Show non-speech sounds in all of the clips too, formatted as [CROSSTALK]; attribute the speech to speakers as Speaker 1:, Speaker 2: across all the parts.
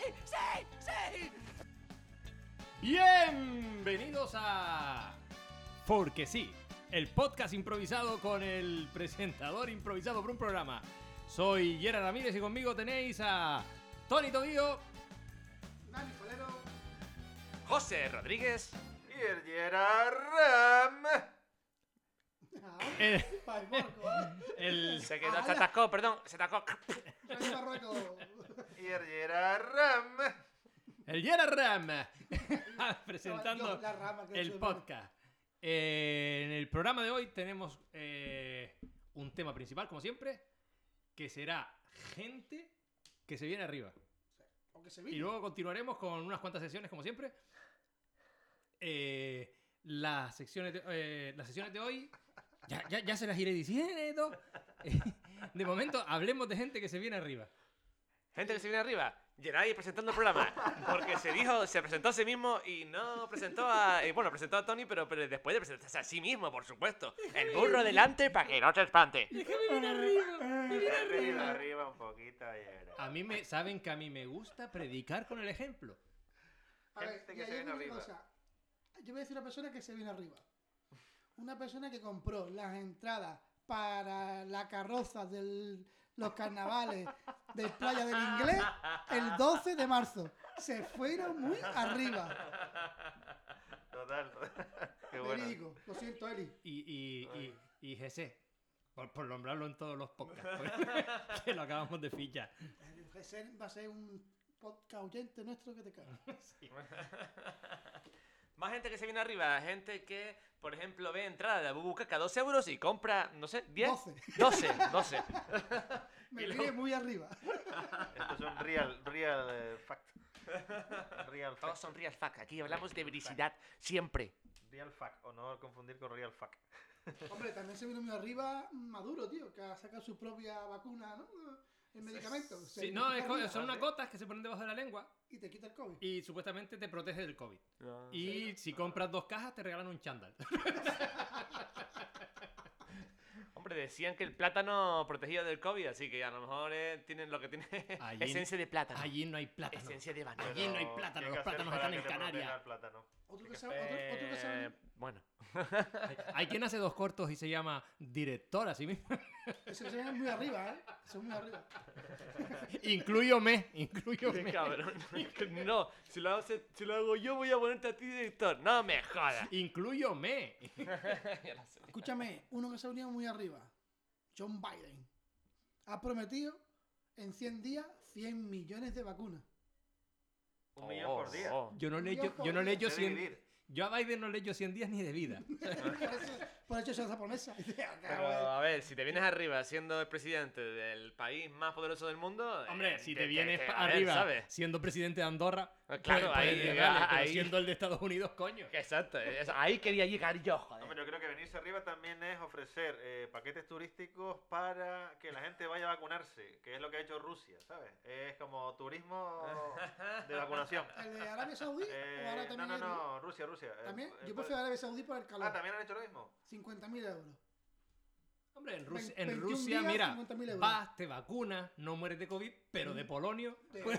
Speaker 1: ¡Sí! ¡Sí!
Speaker 2: Bienvenidos a Porque sí, el podcast improvisado con el presentador improvisado por un programa. Soy Yera Ramírez y conmigo tenéis a Tony Todío.
Speaker 3: Dani Polero
Speaker 1: José Rodríguez.
Speaker 3: y el Gerard Ram.
Speaker 2: El,
Speaker 3: Ay, Marco,
Speaker 2: el-
Speaker 1: Se quedó, se atascó, perdón, se atascó.
Speaker 3: Ay, Marruecos. Y el Gerard Ram.
Speaker 2: el Gerard Ram [LAUGHS]
Speaker 3: No,
Speaker 2: presentando
Speaker 3: yo, la rama que
Speaker 2: el
Speaker 3: soy,
Speaker 2: podcast. Eh, en el programa de hoy tenemos eh, un tema principal, como siempre, que será gente que se viene arriba.
Speaker 3: bueno. Aunque se
Speaker 2: Y
Speaker 3: vino.
Speaker 2: luego continuaremos con unas cuantas sesiones, como siempre. Eh, las, secciones de, eh, las sesiones de hoy ya, ya- ya se las iré diciendo. [LAUGHS] Eh, De momento, hablemos de gente que se viene arriba.
Speaker 1: Gente que se viene arriba. Geray presentando el programa. Porque se dijo, se presentó a sí mismo y no presentó a. eh, bueno, presentó a Tony, pero, pero después de presentarse a sí mismo, por supuesto. El burro delante para que no te espante.
Speaker 2: Déjame viene
Speaker 3: [LAUGHS]
Speaker 2: arriba,
Speaker 3: Arriba, arriba un poquito, Gerard.
Speaker 2: A mí me saben que a mí me gusta predicar con el ejemplo.
Speaker 3: A ver, y
Speaker 4: Gente Este que
Speaker 3: ahí
Speaker 4: se viene
Speaker 3: viene una
Speaker 4: arriba.
Speaker 3: cosa. Yo voy a decir una persona que se viene arriba. Una persona que compró las entradas para la carroza de los carnavales de Playa del Inglés el 12 de marzo. Se fueron muy arriba.
Speaker 4: Total. Qué bueno.
Speaker 3: Verídico. Lo siento, Eli.
Speaker 2: Y, y, y, y Jesse, por, por nombrarlo en todos los podcasts, pues, [LAUGHS] que lo acabamos de fichar.
Speaker 3: Ese va a ser un podcast oyente nuestro que te caga.
Speaker 1: Más gente que se viene arriba. Gente que, por ejemplo, ve entrada de Bubucaca a 12 euros y compra, no sé, 10.
Speaker 3: 12.
Speaker 1: 12, 12.
Speaker 3: Me
Speaker 1: Y luego-
Speaker 3: vine muy arriba.
Speaker 4: Estos son real, real eh, fact. Real
Speaker 1: Todos
Speaker 4: fact.
Speaker 1: son real fact. Aquí hablamos de vericidad siempre.
Speaker 4: Real fact. O no confundir con real fact.
Speaker 3: Hombre, también se vino muy arriba mm, Maduro, tío, que ha sacado su propia vacuna, ¿no? El medicamento. Se
Speaker 2: Sí,
Speaker 3: vino
Speaker 2: no,
Speaker 3: muy
Speaker 2: es co-
Speaker 3: arriba
Speaker 2: son unas gotas que se ponen debajo de la lengua
Speaker 3: Y te quita el COVID.
Speaker 2: y supuestamente te protege del COVID. Y si compras dos cajas, te regalan un
Speaker 1: [LAUGHS]
Speaker 2: chándal.
Speaker 1: Hombre, decían que el plátano protegía del COVID, así que a lo mejor eh, tienen lo que tiene [LAUGHS]
Speaker 2: Allí-
Speaker 1: esencia de plátano.
Speaker 2: Allí no hay plátano.
Speaker 1: Esencia de banano.
Speaker 2: Allí no hay
Speaker 4: Pero,
Speaker 2: plátano,
Speaker 4: ¿qué hay
Speaker 2: los
Speaker 4: que hacer
Speaker 2: plátanos
Speaker 4: para
Speaker 2: están
Speaker 4: que
Speaker 2: en
Speaker 4: te proteja
Speaker 2: Canarias.
Speaker 4: el plátano?
Speaker 3: Otro que, se, otro, otro que se ha
Speaker 1: Eh,
Speaker 3: venido-
Speaker 1: bueno,
Speaker 2: Hay quien hace dos cortos y se llama director a
Speaker 1: [LAUGHS]
Speaker 2: sí mismo.
Speaker 3: ese que se viene muy arriba, ¿eh? Son muy arriba.
Speaker 2: incluyo me, incluyo
Speaker 1: qué
Speaker 2: me.
Speaker 1: cabrón. [LAUGHS] No, si lo, hace- si lo hago yo voy a ponerte a ti director. No me
Speaker 2: [LAUGHS]
Speaker 1: jodas.
Speaker 2: Incluyo me.
Speaker 1: Ya lo sé.
Speaker 3: Escúchame, uno que se ha venido muy arriba, John Biden, ha prometido en 100 días 100 millones de vacunas.
Speaker 4: Un millón por día.
Speaker 1: oh.
Speaker 2: Yo no le yo, yo no le yo
Speaker 4: De
Speaker 2: 100
Speaker 4: dividir.
Speaker 2: yo a Biden no le yo 100 días ni de vida.
Speaker 3: por eso, por "Ah, eso se hace [LAUGHS] promesa.
Speaker 1: Pero a ver, si te vienes arriba siendo el presidente del país más poderoso del mundo. eh,
Speaker 2: Hombre, si te
Speaker 1: que-
Speaker 2: vienes
Speaker 1: que-
Speaker 2: pa-
Speaker 1: a ver,
Speaker 2: arriba
Speaker 1: ¿sabes?
Speaker 2: siendo presidente de Andorra, pues,
Speaker 1: Ah, claro,
Speaker 2: puedes- puedes
Speaker 1: ahí-
Speaker 2: llegarle,
Speaker 1: ah,
Speaker 2: pero
Speaker 1: ahí.
Speaker 2: siendo el de Estados Unidos, coño.
Speaker 1: Exacto, es- ahí quería llegar yo, joder.
Speaker 4: Hombre, yo creo que venirse arriba también es ofrecer eh, paquetes turísticos para que la gente vaya a vacunarse, que es lo que ha hecho Rusia, ¿sabes? Es como turismo de
Speaker 2: [LAUGHS]
Speaker 4: vacunación.
Speaker 3: ¿El de Arabia Saudí?
Speaker 4: Eh,
Speaker 3: ¿O ahora
Speaker 4: no,
Speaker 3: también?
Speaker 4: no,
Speaker 3: el-
Speaker 4: no, Rusia, Rusia. Eh,
Speaker 3: ¿También?
Speaker 4: eh,
Speaker 3: Yo
Speaker 4: pues-
Speaker 3: prefiero Arabia Saudí por el calor.
Speaker 4: Ah, también han hecho lo mismo.
Speaker 3: 50.000
Speaker 4: [LAUGHS]
Speaker 3: euros.
Speaker 2: Hombre, en Rusia, en
Speaker 3: Vein- 21
Speaker 2: Rusia
Speaker 3: días,
Speaker 2: mira,
Speaker 3: 50.000 euros.
Speaker 2: vas, te vacunas, no mueres de COVID, pero de polonio.
Speaker 3: De-
Speaker 2: pues-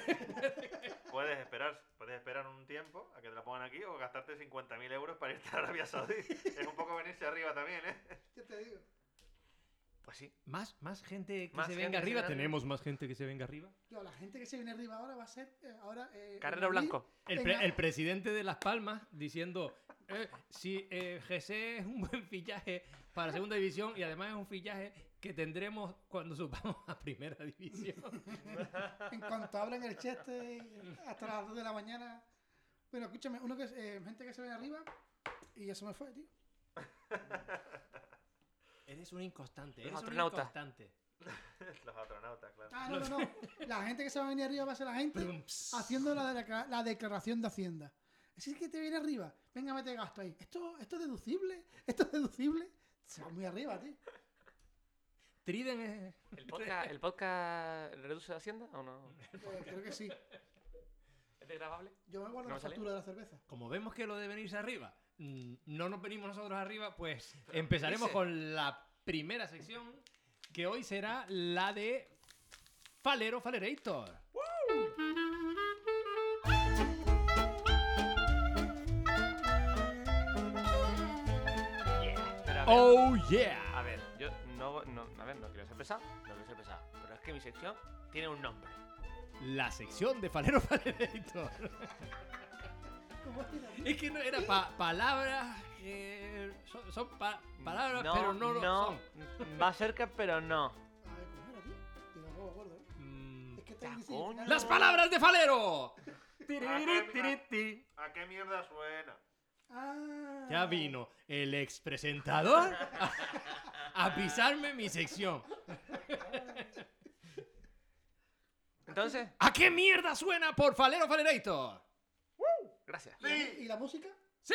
Speaker 4: Puedes esperar, puedes esperar un tiempo a que te la pongan aquí o gastarte 50.000 euros para irte a Arabia Saudí. es un poco venirse arriba también, ¿eh?
Speaker 3: Ya te digo.
Speaker 1: Pues sí.
Speaker 2: Más, más gente que
Speaker 1: Más
Speaker 2: se
Speaker 1: gente que
Speaker 2: venga
Speaker 1: se
Speaker 2: arriba.
Speaker 1: venga arriba.
Speaker 2: Tenemos más gente que se venga arriba.
Speaker 3: Yo, la gente que se viene arriba ahora va a ser eh, ahora. eh,
Speaker 1: Carrero
Speaker 3: en abril,
Speaker 1: Blanco.
Speaker 2: El,
Speaker 3: en
Speaker 2: pre-
Speaker 3: a-
Speaker 2: el presidente de Las Palmas diciendo: eh, Si eh, Jesse es un buen fichaje para segunda división y además es un fichaje que tendremos cuando subamos a primera división.
Speaker 1: [LAUGHS]
Speaker 3: En cuanto abran el cheste y hasta las 2 de la mañana. Bueno, escúchame, uno que, eh, gente que se viene arriba y ya se me fue, tío.
Speaker 2: [LAUGHS] eres un inconstante,
Speaker 1: Los
Speaker 2: eres un
Speaker 1: astronautas.
Speaker 2: inconstante.
Speaker 4: [LAUGHS] Los astronautas, claro.
Speaker 3: Ah,
Speaker 1: [LAUGHS]
Speaker 3: no, no, no. La gente que se va a venir arriba va a ser la gente
Speaker 2: Plum, pss.
Speaker 3: haciendo la, deca- la declaración de Hacienda. Así que te viene arriba. Venga, mete gasto ahí. ¿Esto, esto es deducible? ¿Esto es deducible? Se va muy arriba, tío.
Speaker 2: Triden es.
Speaker 1: ¿El podcast, ¿El podcast reduce Hacienda o no?
Speaker 3: Eh, creo que sí.
Speaker 1: ¿Es desgrabable?
Speaker 3: Yo me guardo
Speaker 1: ¿No
Speaker 3: la
Speaker 1: sale?
Speaker 3: factura de la cerveza.
Speaker 2: Como vemos que lo de venirse arriba mm, no nos venimos nosotros arriba, pues empezaremos
Speaker 1: dice-
Speaker 2: con la primera sección que hoy será la de Falero Falerator.
Speaker 1: a ver.
Speaker 2: Oh yeah.
Speaker 1: A ver, yo no, no, a ver, no quiero ser pesado, no quiero ser pesado. Pero es que mi sección tiene un nombre.
Speaker 2: La sección de Falero [LAUGHS] Faleredictor.
Speaker 1: [LAUGHS]
Speaker 3: ¿Cómo era?
Speaker 2: Es que no era pa- palabras que son, son pa- palabras, pero no lo son.
Speaker 1: Va cerca, pero no.
Speaker 3: A ver, ¿cómo era, tío? Yo tampoco me acuerdo, ¿eh?
Speaker 2: Mm,
Speaker 3: Es que tengo que
Speaker 1: Tacón.
Speaker 3: seguir-
Speaker 2: Las palabras de Falero.
Speaker 4: Tiriri, tiriti. ¿A qué mierda suena?
Speaker 3: Ah.
Speaker 2: Ya vino el ex presentador a, a pisarme mi sección. [LAUGHS]
Speaker 1: Entonces,
Speaker 2: ¿A qué mierda suena por Falero Falerator?
Speaker 1: gracias.
Speaker 3: ¿Y la- ¿Y la música?
Speaker 2: ¡Sí!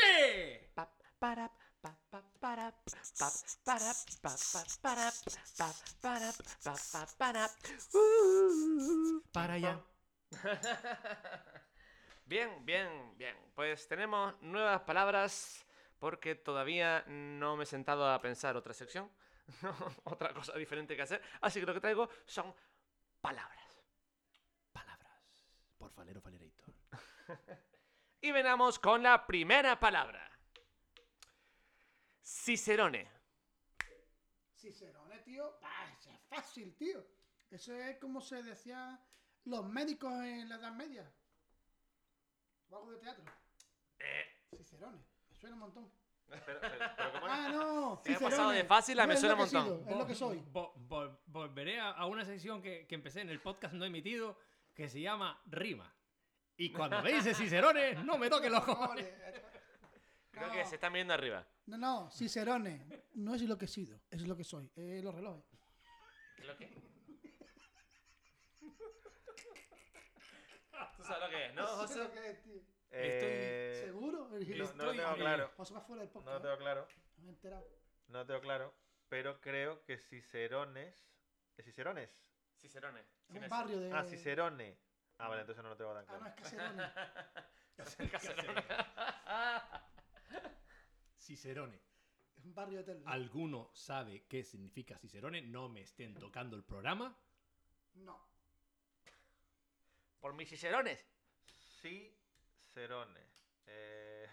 Speaker 5: pap para pap pap para pap para pap pap para pap para pap pap para Uh.
Speaker 2: Para allá.
Speaker 1: Bien, bien, bien. Pues tenemos nuevas palabras porque todavía no me he sentado a pensar otra sección, [LAUGHS] otra cosa diferente que hacer. Así que lo que traigo son palabras.
Speaker 2: Palabras por Falero Falerator.
Speaker 1: Y venamos con la primera palabra. Cicerone.
Speaker 3: Cicerone, tío. Bah, eso es fácil, tío. Eso es como se decía los médicos en la Edad Media. O algo de teatro.
Speaker 1: Eh.
Speaker 3: Cicerone. Me suena un montón.
Speaker 4: Pero, pero, pero ¿cómo es?
Speaker 3: Ah, no.
Speaker 1: He
Speaker 3: Cicerone.
Speaker 1: pasado de fácil a
Speaker 3: No
Speaker 1: me
Speaker 3: es
Speaker 1: suena
Speaker 3: lo
Speaker 1: un
Speaker 3: que he
Speaker 1: montón. Oh.
Speaker 3: sido, Es lo que soy.
Speaker 1: [LAUGHS]
Speaker 2: Vol- vol- volveré a, a una sección que, que empecé en el podcast no emitido que se llama Rima. Y cuando me dice Cicerones, no me toques los cojones.
Speaker 1: Creo
Speaker 3: No.
Speaker 1: que se están viendo arriba.
Speaker 3: No, no, Cicerone. No es lo que he sido, es lo que soy. Eh, los relojes.
Speaker 1: ¿Lo qué? Tú sabes lo que
Speaker 3: [LAUGHS]
Speaker 1: es, ¿no,
Speaker 3: Eso es lo
Speaker 1: José?
Speaker 3: que es, tío.
Speaker 4: Eh,
Speaker 3: ¿Seguro?
Speaker 4: no, no lo
Speaker 2: Estoy-
Speaker 4: tengo claro.
Speaker 3: José va fuera del
Speaker 4: No lo
Speaker 3: podcast. ¿eh?
Speaker 4: tengo claro.
Speaker 3: No me he enterado.
Speaker 4: No lo tengo claro. Pero creo que Cicerones. ¿Es Cicerones?
Speaker 1: Cicerone.
Speaker 3: Es
Speaker 1: sin
Speaker 3: un
Speaker 1: ese. [LAUGHS]
Speaker 3: barrio de.
Speaker 4: Ah, Cicerone. Ah, vale, entonces no lo tengo tan
Speaker 3: Ah, Eh, no, es
Speaker 4: claro.
Speaker 3: Caserone.
Speaker 1: Cicerone.
Speaker 2: Cicerone.
Speaker 3: Es un barrio de Telma.
Speaker 2: ¿Alguno sabe qué significa Cicerone? No me estén tocando el programa.
Speaker 3: No.
Speaker 1: [LAUGHS] Por mis cicerones.
Speaker 4: Cicerone. Eh,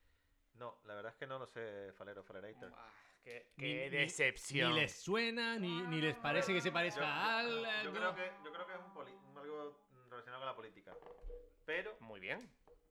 Speaker 4: [LAUGHS] no, la verdad es que no lo sé, Falero, Falerator.
Speaker 1: Qué,
Speaker 2: Ni- ni-
Speaker 1: decepción.
Speaker 2: Ni les suena, ni, ni les parece que se
Speaker 4: Yo,
Speaker 2: parezca a
Speaker 4: yo- yo
Speaker 2: algo.
Speaker 4: creo que, yo creo que es un poli- un algo relacionado con la política. Pero,
Speaker 1: Muy bien.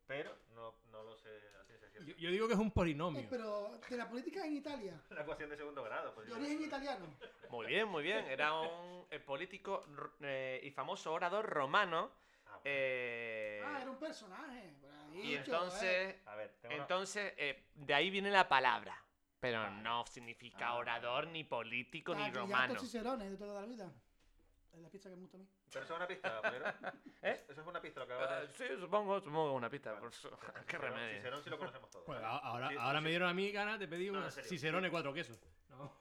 Speaker 4: pero, no, no lo sé a ciencia cierta.
Speaker 2: Yo, yo digo que es un
Speaker 3: Eh,
Speaker 2: polinomio.
Speaker 3: pero de la política en Italia.
Speaker 4: [LAUGHS] Una ecuación de segundo grado. pues,
Speaker 3: De
Speaker 4: yo-
Speaker 3: origen italiano.
Speaker 1: Muy bien, muy bien. Era un eh, político r- eh, y famoso orador romano.
Speaker 4: Ah, bueno.
Speaker 1: eh,
Speaker 3: Ah, era un personaje. por ahí
Speaker 1: y
Speaker 3: dicho, eh.
Speaker 1: entonces,
Speaker 4: a ver, tengo una-
Speaker 1: entonces eh, de ahí viene la palabra. Pero
Speaker 4: Vale.
Speaker 1: no significa
Speaker 4: Ah.
Speaker 1: orador, ni político, ni
Speaker 3: Tagliato
Speaker 1: romano.
Speaker 3: Cicerone de toda la vida. Es la pizza que me gusta a mí.
Speaker 4: Pero eso es una pista, Falero.
Speaker 2: [LAUGHS]
Speaker 1: ¿Eh?
Speaker 4: Eso es una pista lo que
Speaker 2: Ah,
Speaker 4: acabas de
Speaker 1: Eh,
Speaker 4: decir.
Speaker 1: sí, supongo, supongo una pista. por su- [LAUGHS] Qué
Speaker 4: Cicerón-
Speaker 1: remedio.
Speaker 4: Cicerón sí lo conocemos todos.
Speaker 2: Pues a- ahora,
Speaker 4: Sí,
Speaker 2: ahora
Speaker 4: sí.
Speaker 2: me dieron a mí ganas de pedir
Speaker 4: No,
Speaker 2: un
Speaker 4: en serio.
Speaker 2: Cicerone cuatro quesos. No.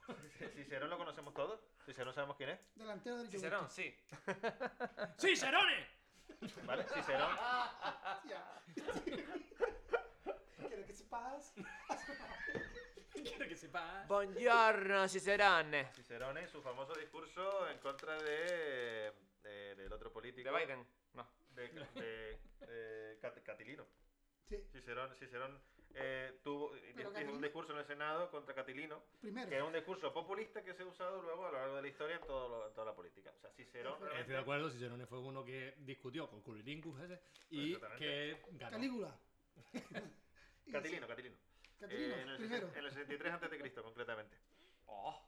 Speaker 4: Cicerón lo conocemos todos. Cicerón sabemos quién es.
Speaker 3: Delantero del
Speaker 1: Cicerón, sí.
Speaker 2: ¡Cicerone! [LAUGHS]
Speaker 4: ¿Vale? Cicerón.
Speaker 3: Quiero que sepas.
Speaker 2: Quiero que sepas.
Speaker 1: Buongiorno, Cicerone.
Speaker 4: Cicerón en su famoso discurso en contra de, de- del otro político.
Speaker 1: De Biden. No.
Speaker 4: De, de, eh, Cat- Catilino.
Speaker 3: Sí,
Speaker 4: Cicerón, Cicerón eh, tuvo hizo
Speaker 3: Catilino-
Speaker 4: un discurso en el Senado contra Catilino, que es
Speaker 3: primero.
Speaker 4: un discurso populista que se ha usado luego a lo largo de la historia en, todo lo- en toda la política. O sea, Cicerón
Speaker 2: Estoy
Speaker 3: Estoy
Speaker 2: de
Speaker 4: realmente...
Speaker 2: acuerdo, Cicerone fue uno que discutió con Curilingus ese y que
Speaker 4: Exactamente.
Speaker 2: ganó.
Speaker 3: Calígula. [LAUGHS] Y
Speaker 4: Catilino, Catilino.
Speaker 3: Catilino,
Speaker 4: Eh, en, el,
Speaker 3: primero.
Speaker 4: 60 en el 63 antes de Cristo, concretamente.
Speaker 1: Oh.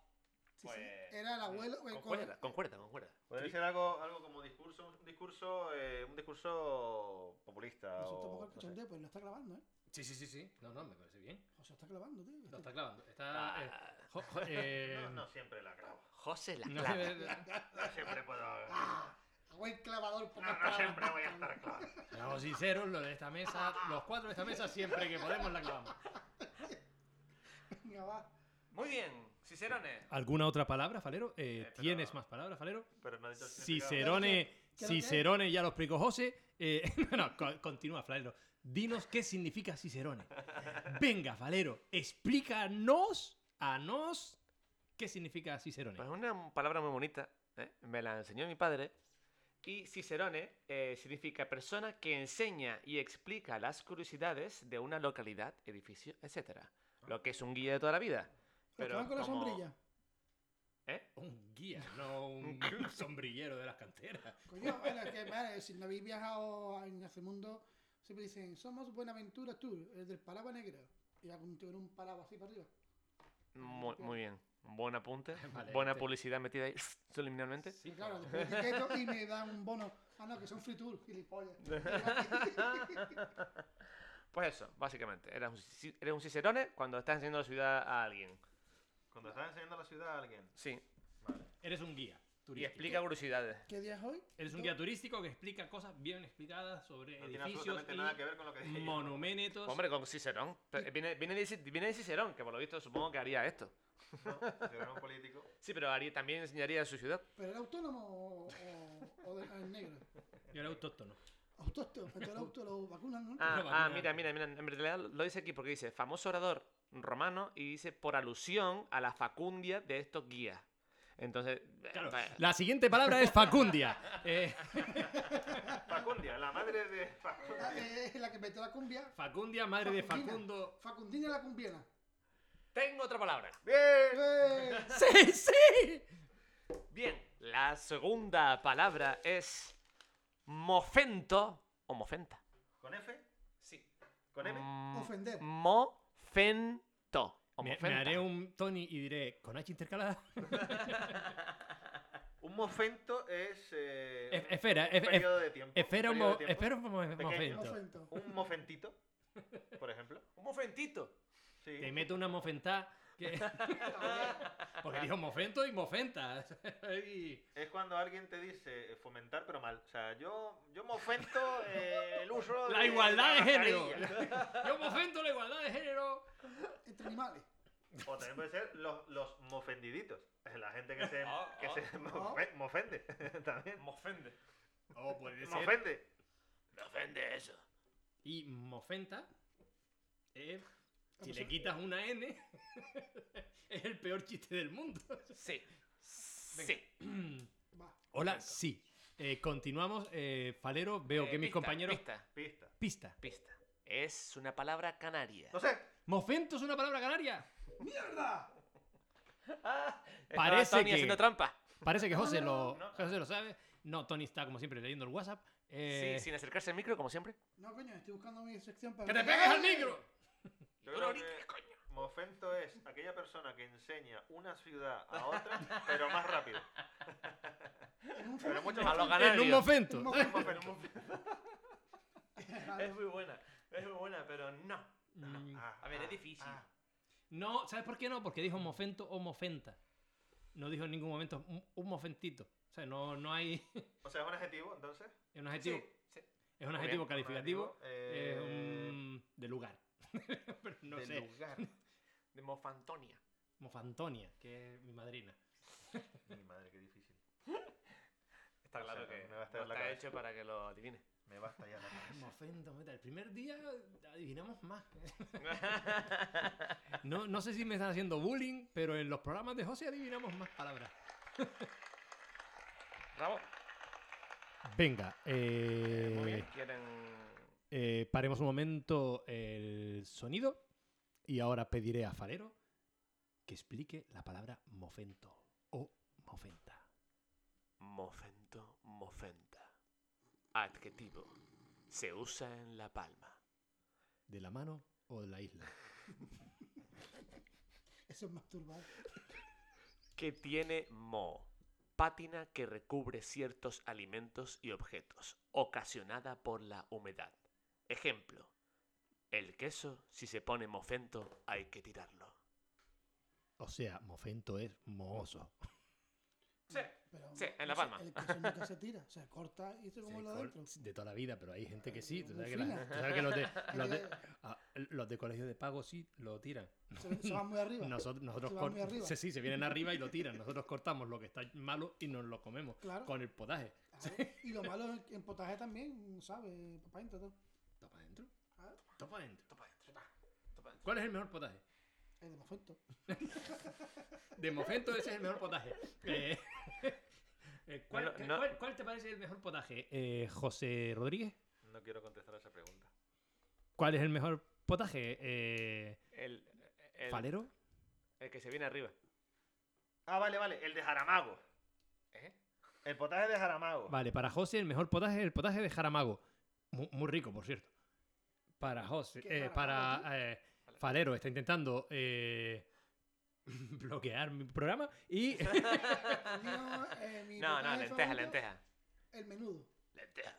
Speaker 3: Sí, sí,
Speaker 1: pues,
Speaker 3: Era el abuelo. eh, el
Speaker 1: Concuerda, concuerda, concuerda.
Speaker 4: Podría ser algo, algo como discurso, un discurso, eh, un discurso populista.
Speaker 3: Nosotros
Speaker 4: o,
Speaker 3: tampoco
Speaker 4: no sé.
Speaker 3: cachondeo, pues lo está grabando, ¿eh?
Speaker 2: Sí, sí, sí, sí. No, no, me parece bien.
Speaker 3: José está grabando, tío. Este-
Speaker 2: Lo está clavando. Está. eh,
Speaker 1: Ah,
Speaker 2: jo- jo- eh,
Speaker 4: [LAUGHS] No, no siempre la grabo.
Speaker 1: José la
Speaker 2: no,
Speaker 1: clava.
Speaker 2: eh,
Speaker 4: No siempre puedo.
Speaker 3: Ah, buen clavador.
Speaker 4: Ah, No, no siempre voy a estar claro.
Speaker 2: Seamos sinceros, los de esta mesa, los cuatro de esta mesa, siempre que podemos la clavamos.
Speaker 3: Venga, va.
Speaker 1: Muy bien, Cicerone.
Speaker 2: ¿Alguna otra palabra, Falero? Eh,
Speaker 1: Eh, pero-
Speaker 2: ¿Tienes más palabras, Falero?
Speaker 4: Pero no he dicho el significado.
Speaker 2: Cicerone,
Speaker 3: Creo que-
Speaker 2: Cicerone ya lo explicó José. Eh, [LAUGHS] no, no, co- continúa, Falero. Dinos qué significa Cicerone. Venga, Falero, explícanos a nos qué significa Cicerone.
Speaker 1: Pues una palabra muy bonita, ¿eh? me la enseñó mi padre. Y Cicerone eh, significa persona que enseña y explica las curiosidades de una localidad, edificio, etc. Lo que es un guía de toda la vida. Pero
Speaker 3: que van con la
Speaker 1: como-
Speaker 3: sombrilla.
Speaker 1: ¿Eh?
Speaker 2: Un guía, no un [LAUGHS] sombrillero de las canteras.
Speaker 3: Coño, [LAUGHS] bueno, es que vale, si no habéis viajado en ese mundo, siempre dicen, somos Buenaventura Tour, el del paraguas negro. Y va con un tiburón paraguas así para arriba.
Speaker 1: Muy, muy bien. Buen apunte.
Speaker 2: Vale,
Speaker 1: Buena
Speaker 2: te-
Speaker 1: publicidad metida ahí [LAUGHS] subliminalmente.
Speaker 3: y claro, después etiqueto y me dan un bono. Ah, no, que son free tour, gilipollas.
Speaker 1: Pues eso, básicamente. Eres un, ci- eres un cicerone cuando estás enseñando la ciudad a alguien.
Speaker 4: Cuando estás enseñando la ciudad a alguien.
Speaker 1: Sí.
Speaker 2: Eres un guía
Speaker 1: Y
Speaker 2: turístico.
Speaker 1: explica curiosidades.
Speaker 3: ¿Qué día es hoy?
Speaker 2: Eres un guía turístico que explica cosas bien explicadas sobre
Speaker 4: No tiene
Speaker 2: edificios
Speaker 4: absolutamente
Speaker 2: y
Speaker 4: nada que ver con lo que dije. yo.
Speaker 2: monumentos.
Speaker 1: Hombre, con Cicerón. Pe- Viene, viene, de, Ci- viene de Cicerón, que por lo visto supongo que haría esto.
Speaker 4: No, si fuera un político.
Speaker 1: Sí, pero haría, también enseñaría su ciudad.
Speaker 3: ¿Pero era autónomo o, o, o de- o el negro?
Speaker 2: Yo era autóctono.
Speaker 3: Autóctono, porque el auto lo vacunan, ¿no?
Speaker 1: Ah,
Speaker 2: Una
Speaker 1: ah,
Speaker 2: vacuna.
Speaker 1: mira, mira, mira. En realidad lo dice aquí porque dice famoso orador romano y dice por alusión a la facundia de estos guías. Entonces, eh,
Speaker 2: Claro.
Speaker 1: pues,
Speaker 2: La siguiente palabra es facundia.
Speaker 4: [LAUGHS]
Speaker 2: Eh,
Speaker 4: Facundia, la madre de Facundia.
Speaker 3: La, eh, la que metió la cumbia.
Speaker 2: facundia, madre de
Speaker 3: Facundina.
Speaker 2: Facundo.
Speaker 3: Facundina la cumbiana.
Speaker 1: tengo otra palabra.
Speaker 4: ¡Bien!
Speaker 3: ¡Eh!
Speaker 2: ¡Sí, sí!
Speaker 1: Bien, la segunda palabra es mofento o mofenta.
Speaker 4: ¿Con F?
Speaker 1: Sí.
Speaker 4: ¿Con M?
Speaker 3: Ofender.
Speaker 1: Mofento. o
Speaker 2: Me, me
Speaker 1: mofenta.
Speaker 2: haré un Tony y diré, ¿con H intercalada?
Speaker 4: [LAUGHS] Un mofento es. eh,
Speaker 2: Es-
Speaker 4: un
Speaker 2: E, Espera, es- es-
Speaker 4: periodo de tiempo.
Speaker 2: espera un mo-
Speaker 4: periodo de tiempo.
Speaker 2: espera un mo- momento.
Speaker 3: Ofento.
Speaker 4: Un mofentito, por ejemplo.
Speaker 1: Un mofentito.
Speaker 4: Sí.
Speaker 2: Te meto una mofentá. que-
Speaker 4: [LAUGHS]
Speaker 2: Porque dijo mofento y mofenta. [LAUGHS] Y-
Speaker 4: Es cuando alguien te dice eh, fomentar, pero mal. O sea, yo, yo me ofento eh, el uso
Speaker 2: La
Speaker 4: de
Speaker 2: igualdad de género.
Speaker 4: mascarilla.
Speaker 2: Yo mofento la igualdad de género.
Speaker 3: Entre animales.
Speaker 4: O también puede ser los, los mofendiditos. La gente que se,
Speaker 1: Ah,
Speaker 4: que
Speaker 1: ah.
Speaker 4: se mofe- mofende. [LAUGHS] también.
Speaker 1: Mofende.
Speaker 2: O puede ser
Speaker 4: Mofende.
Speaker 1: Me ofende eso.
Speaker 2: Y mofenta, eh, si
Speaker 3: Vamos
Speaker 2: le
Speaker 3: a-
Speaker 2: quitas una N, [LAUGHS] es el peor chiste del mundo.
Speaker 1: Sí. Sí.
Speaker 3: Va.
Speaker 2: Hola, sí. Eh, continuamos. eh, Falero, veo
Speaker 1: Eh,
Speaker 2: que mis
Speaker 1: pista,
Speaker 2: compañeros...
Speaker 1: Pista,
Speaker 4: Pista.
Speaker 2: Pista.
Speaker 1: pista. Es una palabra canaria.
Speaker 4: No sé.
Speaker 2: ¿Mofento es una palabra canaria?
Speaker 3: ¡Mierda!
Speaker 1: Ah, Estaba
Speaker 2: parece
Speaker 1: Tony
Speaker 2: que-
Speaker 1: haciendo trampa.
Speaker 2: Parece que José lo,
Speaker 4: No.
Speaker 2: José lo sabe. No, Tony está, como siempre, leyendo el WhatsApp. Eh,
Speaker 1: Sí, sin acercarse al micro, como siempre.
Speaker 3: No, coño, estoy buscando mi sección para.
Speaker 2: ¡Que te pegues al micro!
Speaker 4: Yo creo que mofento es aquella persona que enseña una ciudad a otra, pero más rápido.
Speaker 3: En un
Speaker 4: Pero
Speaker 3: fo-
Speaker 4: mucho
Speaker 3: en
Speaker 1: A
Speaker 4: más
Speaker 1: los
Speaker 4: rápido.
Speaker 2: En
Speaker 1: canarios.
Speaker 2: un mofento.
Speaker 3: Un
Speaker 4: Un mofento.
Speaker 1: Es muy buena. Es muy buena, pero no.
Speaker 2: Mm,
Speaker 4: Ah,
Speaker 1: A ver,
Speaker 4: ah,
Speaker 1: es difícil.
Speaker 4: ah.
Speaker 2: No, ¿sabes por qué no? Porque dijo mofento o mofenta. No dijo en ningún momento un, un mofentito. O sea, no, no hay...
Speaker 4: O sea, es un adjetivo, entonces.
Speaker 2: Es un adjetivo,
Speaker 1: Sí, sí.
Speaker 2: es un
Speaker 4: Muy
Speaker 2: adjetivo
Speaker 4: bien, un
Speaker 2: calificativo.
Speaker 4: adjetivo,
Speaker 2: eh,
Speaker 4: eh,
Speaker 2: un- de lugar. [LAUGHS] Pero no
Speaker 4: de
Speaker 2: sé. [LAUGHS]
Speaker 4: lugar.
Speaker 1: De mofantonia.
Speaker 2: Mofantonia, que es mi madrina.
Speaker 4: Mi madre, qué difícil.
Speaker 1: Está
Speaker 4: O sea,
Speaker 1: claro que
Speaker 4: me va a
Speaker 1: no
Speaker 4: estallar la
Speaker 1: está
Speaker 4: cabeza.
Speaker 1: hecho para que lo adivines.
Speaker 4: [LAUGHS] Me basta ya la cabeza.
Speaker 2: Mofento, meta. El primer día adivinamos más. No, no sé si me están haciendo bullying, pero en los programas de José adivinamos más palabras.
Speaker 1: Bravo.
Speaker 2: Venga,
Speaker 1: Eh, muy
Speaker 2: eh,
Speaker 1: bien. ¿Quieren...?
Speaker 2: eh, paremos un momento el sonido y ahora pediré a Farero que explique la palabra mofento o mofenta.
Speaker 1: Mofento, mofenta. Adjetivo. Se usa en La Palma.
Speaker 2: ¿De la mano o de la isla?
Speaker 3: [LAUGHS] Eso es masturbar.
Speaker 1: que tiene moho, pátina que recubre ciertos alimentos y objetos, ocasionada por la humedad. Ejemplo, el queso, si se pone mofento, hay que tirarlo.
Speaker 2: O sea, mofento es mohoso.
Speaker 1: Sí,
Speaker 3: Pero,
Speaker 1: sí, en La
Speaker 3: no sé,
Speaker 1: Palma.
Speaker 3: El queso nunca se tira. Se corta y
Speaker 2: Sí,
Speaker 3: se come lo
Speaker 2: col-
Speaker 3: adentro.
Speaker 2: De toda la vida, pero hay gente que sí. Tú
Speaker 3: Muy
Speaker 2: sabes que, la-
Speaker 3: fina.
Speaker 2: tú sabes que
Speaker 3: [LAUGHS]
Speaker 2: los, de, los, de,
Speaker 3: que-
Speaker 2: ah, los de colegio de pago sí lo tiran.
Speaker 3: Se, se va muy arriba.
Speaker 2: Nosotros, nosotros
Speaker 3: Se va
Speaker 2: cor-
Speaker 3: muy arriba.
Speaker 2: se- sí, se vienen arriba y lo tiran. Nosotros cortamos lo que está malo y nos lo comemos
Speaker 3: Claro.
Speaker 2: con el potaje.
Speaker 3: Claro. Y lo malo es que en potaje también, ¿sabes? Papá intentó.
Speaker 2: Topa adentro.
Speaker 3: Ah.
Speaker 2: Topa adentro. ¿Cuál es el mejor potaje?
Speaker 3: Es de
Speaker 1: [LAUGHS]
Speaker 3: mofento.
Speaker 2: De momento ese es el mejor
Speaker 3: [LAUGHS]
Speaker 2: potaje. Eh, [LAUGHS] eh, ¿cuál,
Speaker 1: No, no.
Speaker 2: cuál- cuál te parece el mejor potaje? Eh, José Rodríguez.
Speaker 4: No quiero contestar a esa pregunta.
Speaker 2: ¿Cuál es el mejor potaje? Eh,
Speaker 1: El, el-
Speaker 2: ¿Falero?
Speaker 1: El que se viene arriba.
Speaker 4: Ah, vale, vale. El de Jaramago.
Speaker 1: ¿Eh?
Speaker 4: El potaje de Jaramago.
Speaker 2: Vale, para José el mejor potaje es el potaje de Jaramago. Mu- Muy, rico, por cierto. Para José,
Speaker 3: ¿Qué
Speaker 2: eh, para
Speaker 3: Jaramago, tú?
Speaker 2: eh, Falero, está intentando eh, [LAUGHS] bloquear mi programa
Speaker 3: [LAUGHS]
Speaker 2: y
Speaker 3: Mío, eh, mi
Speaker 1: No, no, lenteja,
Speaker 3: potaje favorito,
Speaker 1: lenteja.
Speaker 3: El menudo.
Speaker 1: Lenteja.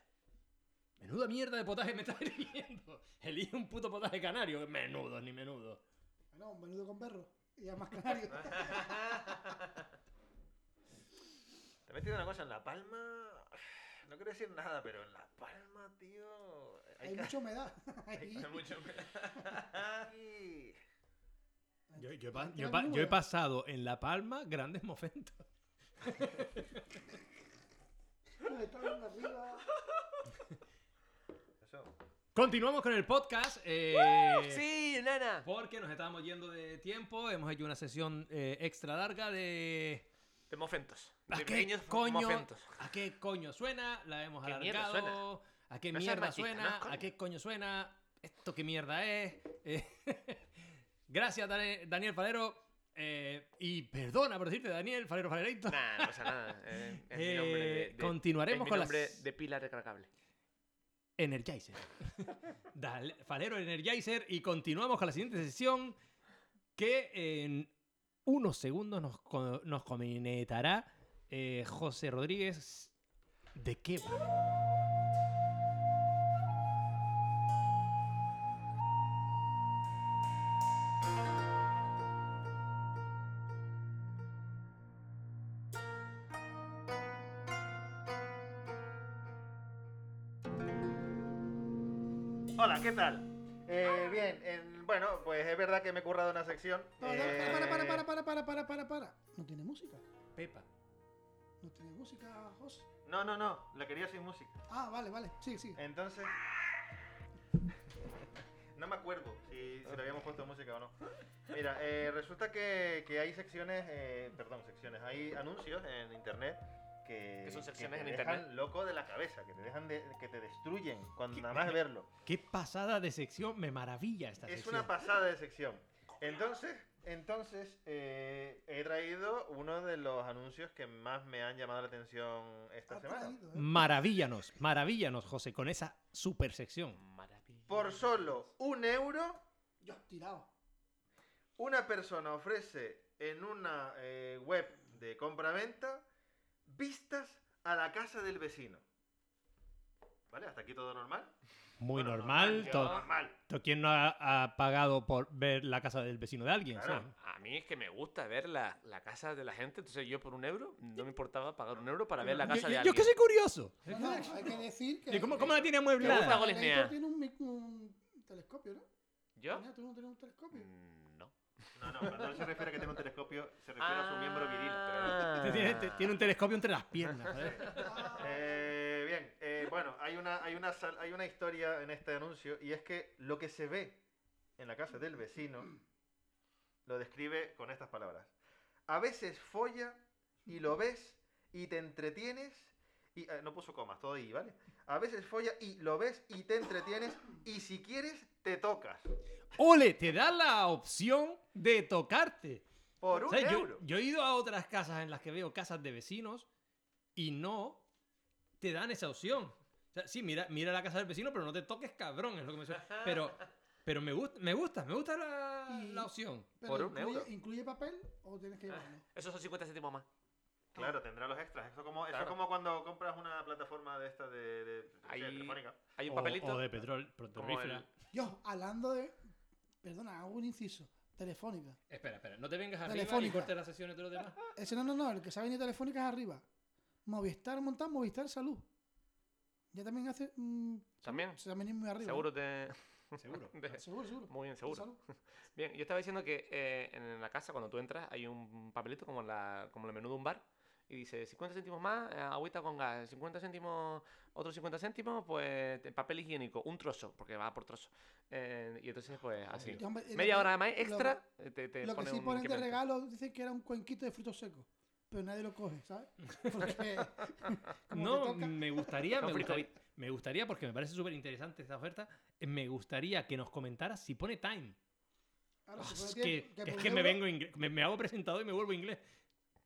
Speaker 2: Menuda mierda de potaje me estás [LAUGHS] eligiendo. Elige un puto potaje canario. Menudo, ni menudo.
Speaker 3: No, un menudo con perro. Y
Speaker 1: [LAUGHS]
Speaker 3: además canario.
Speaker 4: Te he metido una cosa en La Palma. No quiero decir nada, pero en La Palma, tío.
Speaker 3: Hay
Speaker 1: [LAUGHS]
Speaker 3: mucha humedad. [LAUGHS] Ahí.
Speaker 1: Hace mucho que-
Speaker 4: Y- [LAUGHS]
Speaker 2: Yo, yo he,
Speaker 3: Ahí
Speaker 2: pa-
Speaker 3: está
Speaker 2: yo he
Speaker 3: la
Speaker 2: pa-
Speaker 3: nube.
Speaker 2: yo he pasado en La Palma grandes momentos.
Speaker 3: Nos está viendo arriba.
Speaker 2: Eh,
Speaker 4: Eso.
Speaker 2: Continuamos con el podcast. eh,
Speaker 1: Oh, Sí, nana.
Speaker 2: Porque nos estábamos yendo de tiempo. Hemos hecho una sesión eh, extra larga de.
Speaker 1: De mofentos.
Speaker 2: ¿A
Speaker 1: De
Speaker 2: qué
Speaker 1: pequeños
Speaker 2: coño?
Speaker 1: mofentos.
Speaker 2: ¿A qué coño suena? La hemos
Speaker 1: ¿Qué mierda
Speaker 2: alargado. ¿A qué
Speaker 1: No seas
Speaker 2: mierda
Speaker 1: machista,
Speaker 2: suena?
Speaker 1: no, coño.
Speaker 2: ¿A qué coño suena? ¿Esto qué mierda es? Eh, [LAUGHS] Gracias, Dan- Daniel Falero. eh, y perdona por decirte, Daniel Falero Falereito.
Speaker 1: Nah, no pasa
Speaker 2: [LAUGHS]
Speaker 1: nada. eh, es mi nombre de,
Speaker 2: Eh,
Speaker 1: de-
Speaker 2: continuaremos
Speaker 1: es mi
Speaker 2: con las-
Speaker 1: nombre de pila recargable.
Speaker 2: Energizer. [LAUGHS] Dale, Falero Energizer. Y continuamos con la siguiente sesión que en unos segundos nos, co- nos comentará eh, José Rodríguez de qué va.
Speaker 4: Hola, ¿qué tal? Eh, bien, en- bueno, pues es verdad que me he currado una sección. eh,
Speaker 3: Para, para, para, para, para, para, para, para. No tiene música.
Speaker 2: Pepa.
Speaker 3: No tiene música, José.
Speaker 4: Eh, No, no, no, lo quería sin música.
Speaker 3: Ah, vale, vale. Sí, sí.
Speaker 4: Entonces. [LAUGHS] No me acuerdo si, si le habíamos puesto música o no. Mira, eh, resulta que, que hay secciones, eh, perdón, secciones, hay anuncios en internet que,
Speaker 1: Que son secciones
Speaker 4: te
Speaker 1: en
Speaker 4: dejan
Speaker 1: internet.
Speaker 4: loco de la cabeza, que te dejan de- que te destruyen cuando nada más verlo.
Speaker 2: Qué pasada de sección. Me maravilla esta
Speaker 4: Es
Speaker 2: sección.
Speaker 4: una pasada de sección. Entonces, entonces eh, he traído uno de los anuncios que más me han llamado la atención esta
Speaker 2: Ah,
Speaker 3: Ha
Speaker 2: pues
Speaker 4: semana.
Speaker 3: traído,
Speaker 1: Mm.
Speaker 3: ¿eh?
Speaker 2: maravillanos, maravillanos, José, con esa super sección.
Speaker 1: Maravilla.
Speaker 4: Por solo un euro,
Speaker 3: Yo, tirado.
Speaker 4: una persona ofrece en una eh, web de compra-venta vistas a la casa del vecino. ¿Vale? Hasta aquí todo normal.
Speaker 2: Muy
Speaker 4: Bueno,
Speaker 2: normal.
Speaker 4: normal,
Speaker 2: to-
Speaker 4: Normal.
Speaker 2: to- ¿Quién no ha, ha pagado por ver la casa del vecino de alguien?
Speaker 4: Claro.
Speaker 2: sabes?
Speaker 1: A mí es que me gusta ver la, la casa de la gente, entonces yo por un euro no me importaba pagar un euro para ver la
Speaker 2: Yo,
Speaker 1: casa de
Speaker 2: yo- yo
Speaker 1: alguien.
Speaker 2: que soy curioso.
Speaker 3: No, no, hay que decir que.
Speaker 2: ¿Y ¿Cómo, cómo la tiene
Speaker 1: Me gusta
Speaker 2: amueblada?
Speaker 1: goles,
Speaker 3: El editor
Speaker 1: nea.
Speaker 3: tiene un, mic- un telescopio, ¿no?
Speaker 1: ¿Yo?
Speaker 3: Nea, ¿Tú no tienes un telescopio?
Speaker 1: Mm, No.
Speaker 4: No, no, cuando él se refiere a que tenga un telescopio, se refiere a su miembro viril. pero
Speaker 2: Ah.
Speaker 4: no.
Speaker 2: Tiene, [LAUGHS] te- tiene un telescopio entre las piernas. joder.
Speaker 1: [LAUGHS]
Speaker 3: Ah,
Speaker 4: Eh, bien, eh, bueno, hay una, hay, una sal- hay una historia en este anuncio y es que lo que se ve en la casa del vecino lo describe con estas palabras. A veces folla y lo ves y te entretienes y... eh, no puso comas, todo ahí, ¿vale? A veces folla y lo ves y te entretienes y si quieres te tocas.
Speaker 2: Ole, te da la opción de tocarte.
Speaker 4: Por un
Speaker 2: ¿Sabes? Yo-
Speaker 4: euro.
Speaker 2: Yo, he ido a otras casas en las que veo casas de vecinos y no te dan esa opción. O sea, sí, mira, mira la casa del vecino, pero no te toques, cabrón, es lo que me suena. Pero, pero me, gusta, me gusta, me gusta la,
Speaker 3: Y-
Speaker 2: la opción.
Speaker 3: pero
Speaker 4: por un
Speaker 3: incluye-
Speaker 4: euro.
Speaker 3: ¿Incluye papel o tienes que llevarlo?
Speaker 1: Esos son 50 céntimos más.
Speaker 4: Claro, tendrá los extras. Eso, como, eso
Speaker 1: Claro.
Speaker 4: es como cuando compras una plataforma de esta de, de- de-
Speaker 1: Ahí-
Speaker 4: telefónica.
Speaker 1: Hay un
Speaker 2: O-
Speaker 1: papelito.
Speaker 2: O, de petróleo,
Speaker 1: como el-
Speaker 3: Yo, hablando de. Perdona, hago un inciso. Telefónica.
Speaker 2: Espera, espera, no te vengas
Speaker 3: arriba y
Speaker 2: arriba y
Speaker 3: Telefónica.
Speaker 2: cortes
Speaker 3: cortes
Speaker 2: las sesiones de los demás.
Speaker 3: Ese no, no, no, el que se ha venido telefónica es arriba. Movistar montar, Movistar Salud. Ya también hace. mm,
Speaker 1: También.
Speaker 3: se también es muy arriba.
Speaker 1: Seguro te. [LAUGHS]
Speaker 2: Seguro.
Speaker 1: de-
Speaker 3: Seguro, seguro.
Speaker 1: Muy bien, seguro.
Speaker 3: Salud.
Speaker 1: Bien, yo estaba diciendo que eh, en la casa, cuando tú entras, hay un papelito como en la, como en el menú de un bar. Y dice 50 céntimos más, eh, agüita con gas, 50 céntimos, otros 50 céntimos, pues te- papel higiénico, un trozo, porque va por trozo. Eh, y entonces, pues así.
Speaker 3: Y, hombre, y lo
Speaker 1: Media
Speaker 3: que-
Speaker 1: hora más
Speaker 3: lo-
Speaker 1: extra, eh, te, te
Speaker 3: Lo que
Speaker 1: pone
Speaker 3: sí
Speaker 1: un
Speaker 3: ponen de
Speaker 1: incremento.
Speaker 3: regalo dicen que era un cuenquito de frutos secos. Pero nadie lo coge, ¿sabes? [LAUGHS] Porque. como te
Speaker 2: No,
Speaker 3: toca-
Speaker 2: me
Speaker 3: [LAUGHS]
Speaker 2: gustaría,
Speaker 1: Son
Speaker 2: me gustaría,
Speaker 1: frijolitos.
Speaker 2: me gustaría, porque me parece súper interesante esta oferta, eh, me gustaría que nos comentaras si pone time. [LAUGHS]
Speaker 3: Ahora, se pone
Speaker 2: Es que,
Speaker 3: tiempo, por
Speaker 2: es
Speaker 3: un
Speaker 2: que me
Speaker 3: euro-
Speaker 2: vengo ingre- me, me hago presentador y me vuelvo inglés.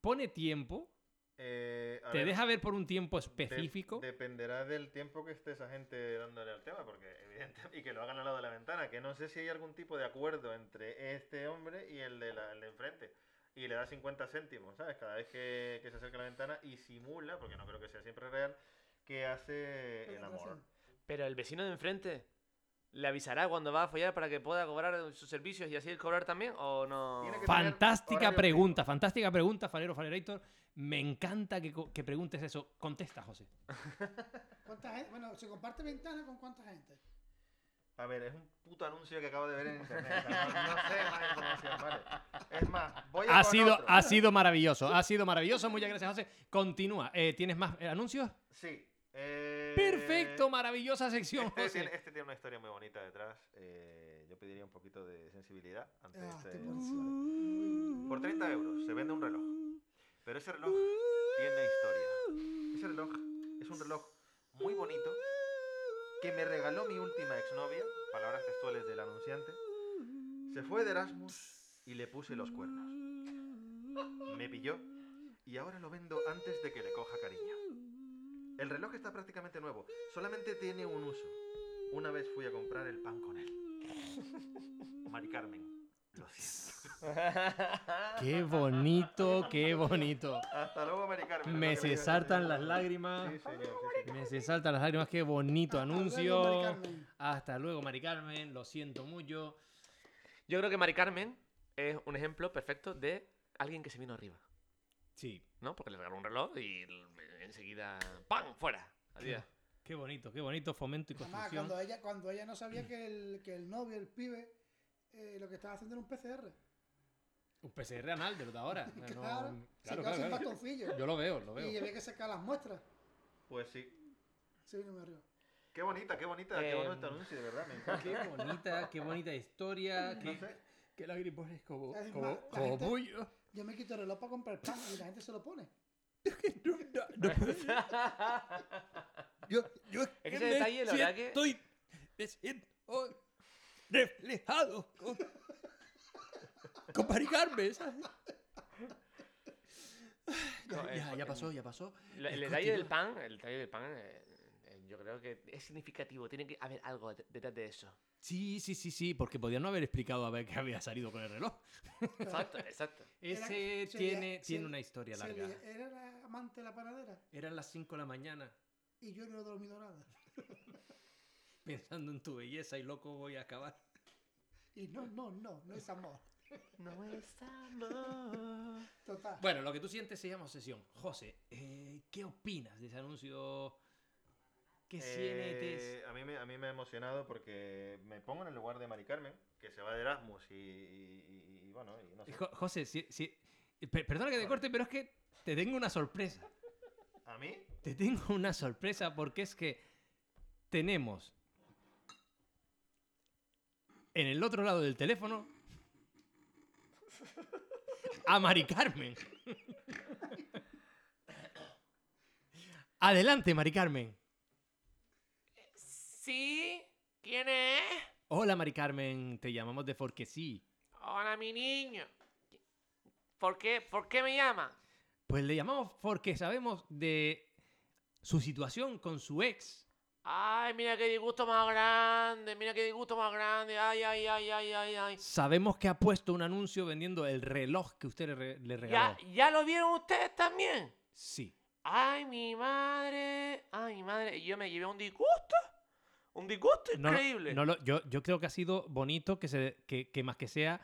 Speaker 2: Pone tiempo,
Speaker 4: Eh, a
Speaker 2: te
Speaker 4: ver,
Speaker 2: deja ver por un tiempo
Speaker 4: de-
Speaker 2: específico.
Speaker 4: dependerá del tiempo que esté esa gente dándole al tema, porque [LAUGHS] evidentemente, y que lo hagan al lado de la ventana, que no sé si hay algún tipo de acuerdo entre este hombre y el de, la, el de enfrente. Y le da 50 céntimos, ¿sabes? Cada vez que, que se acerca a la ventana y simula, porque no creo que sea siempre real, que hace el amor.
Speaker 3: Penetración.
Speaker 1: Pero el vecino de enfrente le avisará cuando va a follar para que pueda cobrar sus servicios y así él cobrar también o no.
Speaker 4: Tiene que tener
Speaker 2: Fantástica
Speaker 4: horario
Speaker 2: pregunta, fantástica pregunta, Falero Falerator. Me encanta que, co- que preguntes eso. Contesta, José.
Speaker 3: ¿Cuánta gente? Bueno, ¿se comparte ventana con cuánta gente?
Speaker 4: A ver, es un puto anuncio que acabo de ver en internet. o sea, No, no sé más información, vale. Es más, voy a.
Speaker 2: Ha
Speaker 4: con
Speaker 2: sido,
Speaker 4: otro.
Speaker 2: ha sido maravilloso, ha sido maravilloso. Muchas gracias, José. Continúa. Eh, ¿Tienes más eh, anuncios?
Speaker 4: Sí. eh,
Speaker 2: Perfecto, maravillosa
Speaker 4: [LAUGHS]
Speaker 2: sección,
Speaker 4: Este tiene,
Speaker 2: José.
Speaker 4: este tiene una historia muy bonita detrás. eh, yo pediría un poquito de sensibilidad ante
Speaker 3: Ah,
Speaker 4: este
Speaker 3: te-
Speaker 4: anuncio, ¿vale? Por 30 euros se vende un reloj. Pero ese reloj tiene historia. Ese reloj es un reloj muy bonito que me regaló mi última exnovia, palabras textuales del anunciante. Se fue de Erasmus y le puse los cuernos. Me pilló y ahora lo vendo antes de que le coja cariño. El reloj está prácticamente nuevo, solamente tiene un uso. Una vez fui a comprar el pan con él. Mari Carmen, lo siento.
Speaker 2: Qué bonito, qué bonito.
Speaker 4: Hasta luego, Mari Carmen.
Speaker 2: Me
Speaker 4: Lo que
Speaker 2: se
Speaker 4: le digo.
Speaker 2: saltan las lágrimas.
Speaker 4: Sí, señor, sí, sí.
Speaker 2: Me se saltan las lágrimas. Qué bonito
Speaker 3: Hasta
Speaker 2: anuncio.
Speaker 3: luego, Mari Carmen.
Speaker 2: Hasta luego, Mari Carmen. Lo siento mucho.
Speaker 1: Yo creo que Mari Carmen es un ejemplo perfecto de alguien que se vino arriba,
Speaker 2: Sí.
Speaker 1: ¿no? Porque le regaló un reloj y l- enseguida ¡pam! fuera. Adiós.
Speaker 2: Qué bonito, qué bonito fomento y
Speaker 3: Además,
Speaker 2: construcción.
Speaker 3: cuando ella, cuando ella no sabía que el, que el novio, el pibe, eh, lo que estaba haciendo era un PCR.
Speaker 2: Un PCR anal de lo de
Speaker 3: [LAUGHS]
Speaker 2: ahora. No,
Speaker 3: Claro,
Speaker 2: claro,
Speaker 3: se quedó
Speaker 2: claro,
Speaker 3: sin
Speaker 2: claro.
Speaker 3: bastoncillo.
Speaker 2: Yo lo veo, lo
Speaker 3: Y
Speaker 2: veo.
Speaker 3: había que sacar las muestras.
Speaker 4: Pues sí.
Speaker 3: Se vino muy arriba.
Speaker 4: Qué bonita, qué bonita, qué bonito
Speaker 2: Em,
Speaker 4: anuncio, de verdad, me encanta.
Speaker 2: Qué bonita, qué bonita historia.
Speaker 4: No
Speaker 2: Qué,
Speaker 4: sé.
Speaker 2: qué lagrimones como,
Speaker 3: Además,
Speaker 2: como,
Speaker 3: la
Speaker 2: como
Speaker 3: gente- [LAUGHS]
Speaker 2: bullo.
Speaker 3: Yo me quito el reloj para comprar pan y la gente se lo pone.
Speaker 2: No, no, no. Yo, yo es
Speaker 1: que ese detalle, la verdad que-
Speaker 2: Estoy. Me siento reflejado con. con Mari Carmen, ¿sabes?
Speaker 1: No,
Speaker 2: Ya,
Speaker 1: eh,
Speaker 2: ya, ya
Speaker 1: porque-
Speaker 2: pasó, ya pasó.
Speaker 1: La- El,
Speaker 2: Eh,
Speaker 1: detalle del
Speaker 2: continúa.
Speaker 1: pan, el detalle del pan, eh, eh, yo creo que es significativo. Tiene que haber algo det- detrás de eso.
Speaker 2: Sí, sí, sí, sí, porque podían no haber explicado a ver qué había salido con el reloj.
Speaker 1: Exacto, exacto.
Speaker 3: Era-
Speaker 2: Ese
Speaker 3: se olía-
Speaker 2: tiene,
Speaker 3: se
Speaker 2: tiene
Speaker 3: ol-
Speaker 2: una historia
Speaker 3: Se
Speaker 2: larga.
Speaker 3: le- Era la amante de la panadera
Speaker 2: Eran las 5 de la mañana,
Speaker 3: y yo no he dormido nada.
Speaker 2: pensando en tu belleza y loco voy a acabar.
Speaker 3: Y no, no, no, no es amor.
Speaker 5: No es amor.
Speaker 3: Total.
Speaker 2: Bueno, lo que tú sientes se llama obsesión. José, eh, ¿qué opinas de ese anuncio? ¿Qué sientes?
Speaker 4: Eh, a, mí me, a mí me ha emocionado porque me pongo en el lugar de Mari Carmen, que se va de Erasmus y, y- y- y bueno, y no sé.
Speaker 2: Eh, Jo- José, si, si- eh, per- perdona que te corte, pero es que te tengo una sorpresa.
Speaker 4: ¿A mí?
Speaker 2: Te tengo una sorpresa porque es que tenemos en el otro lado del teléfono a Mari Carmen. Adelante, Mari Carmen.
Speaker 5: ¿Sí? ¿Quién es?
Speaker 2: Hola, Mari Carmen. Te llamamos de Porque sí.
Speaker 5: Hola, mi niño. ¿Por qué, ¿Por qué me llaman?
Speaker 2: Pues le llamamos porque sabemos de su situación con su ex.
Speaker 5: Ay, mira qué disgusto más grande, mira qué disgusto más grande. Ay, ay, ay, ay, ay, ay.
Speaker 2: Sabemos que ha puesto un anuncio vendiendo el reloj que usted le, re- le regaló.
Speaker 5: ¿Ya, ¿Ya lo vieron ustedes también?
Speaker 2: Sí.
Speaker 5: Ay, mi madre. Ay, mi madre. Yo me llevé un disgusto. Un disgusto
Speaker 2: No, no,
Speaker 5: increíble.
Speaker 2: no lo- yo, yo creo que ha sido bonito que, se, que, que más que sea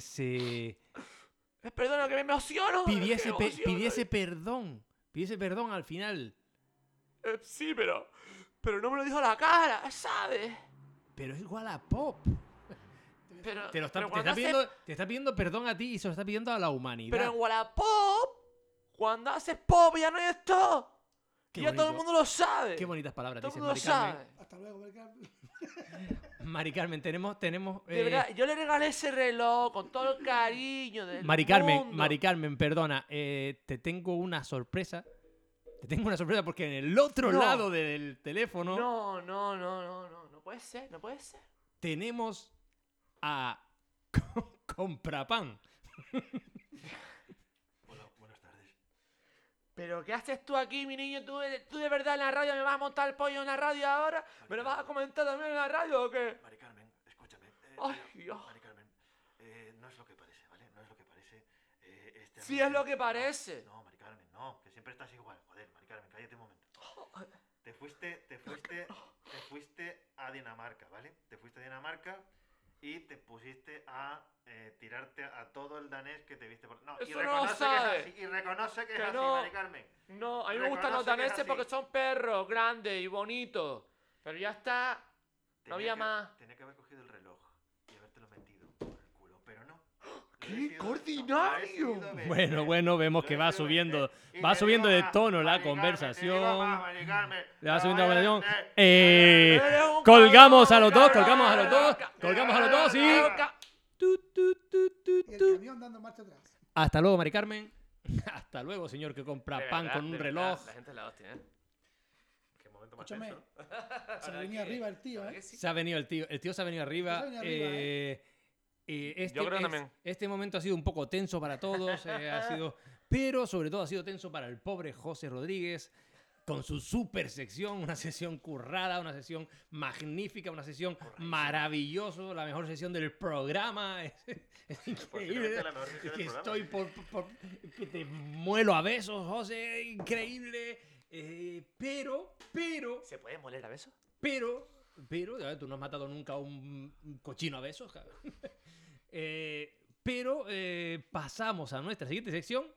Speaker 5: [LAUGHS]
Speaker 2: se
Speaker 5: Eh, Perdona que me emociono.
Speaker 2: pidiese,
Speaker 5: me
Speaker 2: pe-
Speaker 5: emociono.
Speaker 2: pidiese perdón. Pidiese perdón al final.
Speaker 5: Eh, sí, pero. Pero no me lo dijo a la cara, ¿sabes?
Speaker 2: Pero es igual a Pop.
Speaker 5: Pero,
Speaker 2: Te, lo está,
Speaker 5: pero
Speaker 2: te
Speaker 5: cuando
Speaker 2: está
Speaker 5: hace-
Speaker 2: pidiendo, te está pidiendo perdón a ti y se lo está pidiendo a la humanidad.
Speaker 5: Pero en Wallapop, cuando haces pop ya no hay esto.
Speaker 2: Qué
Speaker 5: Y ya todo el
Speaker 2: bonito.
Speaker 5: mundo lo sabe.
Speaker 2: Qué bonitas palabras
Speaker 5: todo el
Speaker 2: dices,
Speaker 5: mundo lo
Speaker 2: Mari Carmen.
Speaker 5: sabe.
Speaker 3: Hasta luego, Mari Carmen.
Speaker 2: Mari Carmen, tenemos... tenemos
Speaker 5: De
Speaker 2: eh,
Speaker 5: verdad, yo le regalé ese reloj con todo el cariño del
Speaker 2: Mari Carmen,
Speaker 5: mundo.
Speaker 2: Mari Carmen, perdona, eh, te tengo una sorpresa. Te tengo una sorpresa porque en el otro
Speaker 5: No.
Speaker 2: lado del teléfono
Speaker 5: No, no, no, no, no, no puede ser, no puede ser.
Speaker 2: tenemos a [LAUGHS] Comprapán.
Speaker 1: ¿Pero qué haces tú aquí, mi niño? ¿Tú, de- tú de verdad en la radio me vas a montar el pollo en la radio ahora? ¿Me lo vas a comentar también en la radio o qué?
Speaker 6: Mari Carmen, escúchame. eh,
Speaker 1: Ay,
Speaker 6: mira,
Speaker 1: Dios.
Speaker 6: Mari Carmen, eh, no es lo que parece, ¿vale? No es lo que parece. eh, este
Speaker 1: Sí es
Speaker 6: anuncio-
Speaker 1: lo que
Speaker 6: no,
Speaker 1: parece.
Speaker 6: No, Mari Carmen, no, que siempre estás igual. Joder, Mari Carmen, cállate un momento. Te fuiste, te fuiste, te fuiste a Dinamarca, ¿vale? Te fuiste a Dinamarca y te pusiste a eh, tirarte a todo el danés que te viste por... No, y
Speaker 1: Eso no lo
Speaker 6: reconoce que
Speaker 1: sabe.
Speaker 6: es así, y reconoce que,
Speaker 1: Que
Speaker 6: es
Speaker 1: no.
Speaker 6: así, Mari Carmen.
Speaker 1: No, a mí me gustan
Speaker 6: Reconoce
Speaker 1: los
Speaker 6: que es
Speaker 1: daneses
Speaker 6: así.
Speaker 1: porque son perros grandes y bonitos. Pero ya está. No había
Speaker 6: que,
Speaker 1: más.
Speaker 6: Tenía que haber cogido el reloj y habértelo metido por el culo, pero
Speaker 1: [GASPS]
Speaker 6: no. Lo he
Speaker 1: ¡Qué
Speaker 6: decidido- no, lo he
Speaker 1: coordinario!
Speaker 6: decidido de-
Speaker 2: Bueno, bueno, vemos
Speaker 6: Lo
Speaker 2: que
Speaker 6: he
Speaker 2: va
Speaker 6: decidido de-
Speaker 2: subiendo.
Speaker 6: y
Speaker 2: Va
Speaker 6: te
Speaker 2: subiendo
Speaker 6: digo
Speaker 2: de
Speaker 6: más,
Speaker 2: tono
Speaker 6: Mari
Speaker 2: la
Speaker 6: Carmen, te digo más,
Speaker 2: conversación.
Speaker 6: Mari Carmen,
Speaker 2: Le va
Speaker 6: te
Speaker 2: subiendo la
Speaker 6: voy a
Speaker 2: conversación.
Speaker 6: hacer-
Speaker 2: Eh,
Speaker 1: Eres un
Speaker 2: colgamos a
Speaker 1: cabrón,
Speaker 2: los dos,
Speaker 1: cabrón,
Speaker 2: colgamos a los dos,
Speaker 1: cabrón,
Speaker 2: colgamos a los dos y...
Speaker 1: cabrón, cabrón.
Speaker 2: Tu, tu, tu, tu,
Speaker 3: Y el
Speaker 2: tu.
Speaker 3: camión dando marcha atrás.
Speaker 2: Hasta luego, Mari Carmen. [LAUGHS] Hasta luego, señor que compra
Speaker 1: De
Speaker 2: pan
Speaker 1: verdad,
Speaker 2: con un
Speaker 1: de verdad,
Speaker 2: reloj.
Speaker 1: La gente es la hostia, ¿eh? Qué momento más
Speaker 3: Escúchame,
Speaker 1: tenso. [LAUGHS]
Speaker 3: Se
Speaker 1: Ahora
Speaker 3: venía
Speaker 1: que-
Speaker 3: arriba el tío,
Speaker 1: ahora
Speaker 3: ¿eh?
Speaker 1: que sí.
Speaker 2: Se ha venido el tío. El tío se ha venido arriba.
Speaker 3: Se ha venido arriba,
Speaker 2: eh, eh, este,
Speaker 1: Yo creo
Speaker 2: es-
Speaker 1: también.
Speaker 2: este momento ha sido un poco tenso para todos. eh, ha
Speaker 3: [LAUGHS]
Speaker 2: sido, pero sobre todo ha sido tenso para el pobre José Rodríguez. Con su super sección, una sesión currada, una sesión magnífica, una sesión maravillosa, la mejor sesión del programa. [LAUGHS] Es, es increíble.
Speaker 6: Posiblemente la mejor sesión
Speaker 2: que
Speaker 6: del programa.
Speaker 2: [LAUGHS] estoy por, por- por- que te muelo a besos, José, increíble. eh, pero, pero,
Speaker 1: ¿Se puede moler a besos?
Speaker 2: pero, pero, ya, tú no has matado nunca a un, un cochino a besos, cabrón. [LAUGHS] Eh, pero eh, pasamos a nuestra siguiente sección,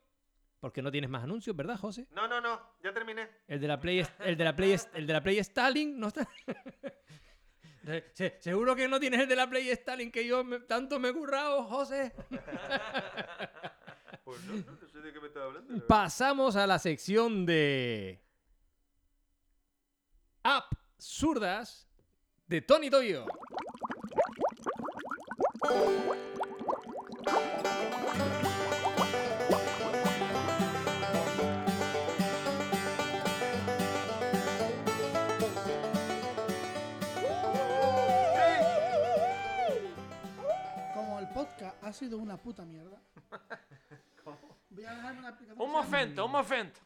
Speaker 2: porque no tienes más anuncios, ¿verdad, José?
Speaker 4: No, no, no, ya terminé.
Speaker 2: El de la Play, el de la Play, el de la Play Stalin, ¿no está? [LAUGHS] Se- se- seguro que no tienes el de la Play Stalin que yo me- tanto me he currado, José.
Speaker 4: Pues no, no, no sé de qué me estaba hablando. la verdad.
Speaker 2: Pasamos a la sección de absurdas de Tony Toyo.
Speaker 3: Como el podcast ha sido una puta
Speaker 1: [LAUGHS]
Speaker 3: mierda. Voy a dejarme una aplicación.
Speaker 1: Un
Speaker 3: que se llama-
Speaker 1: mofento, un mofento.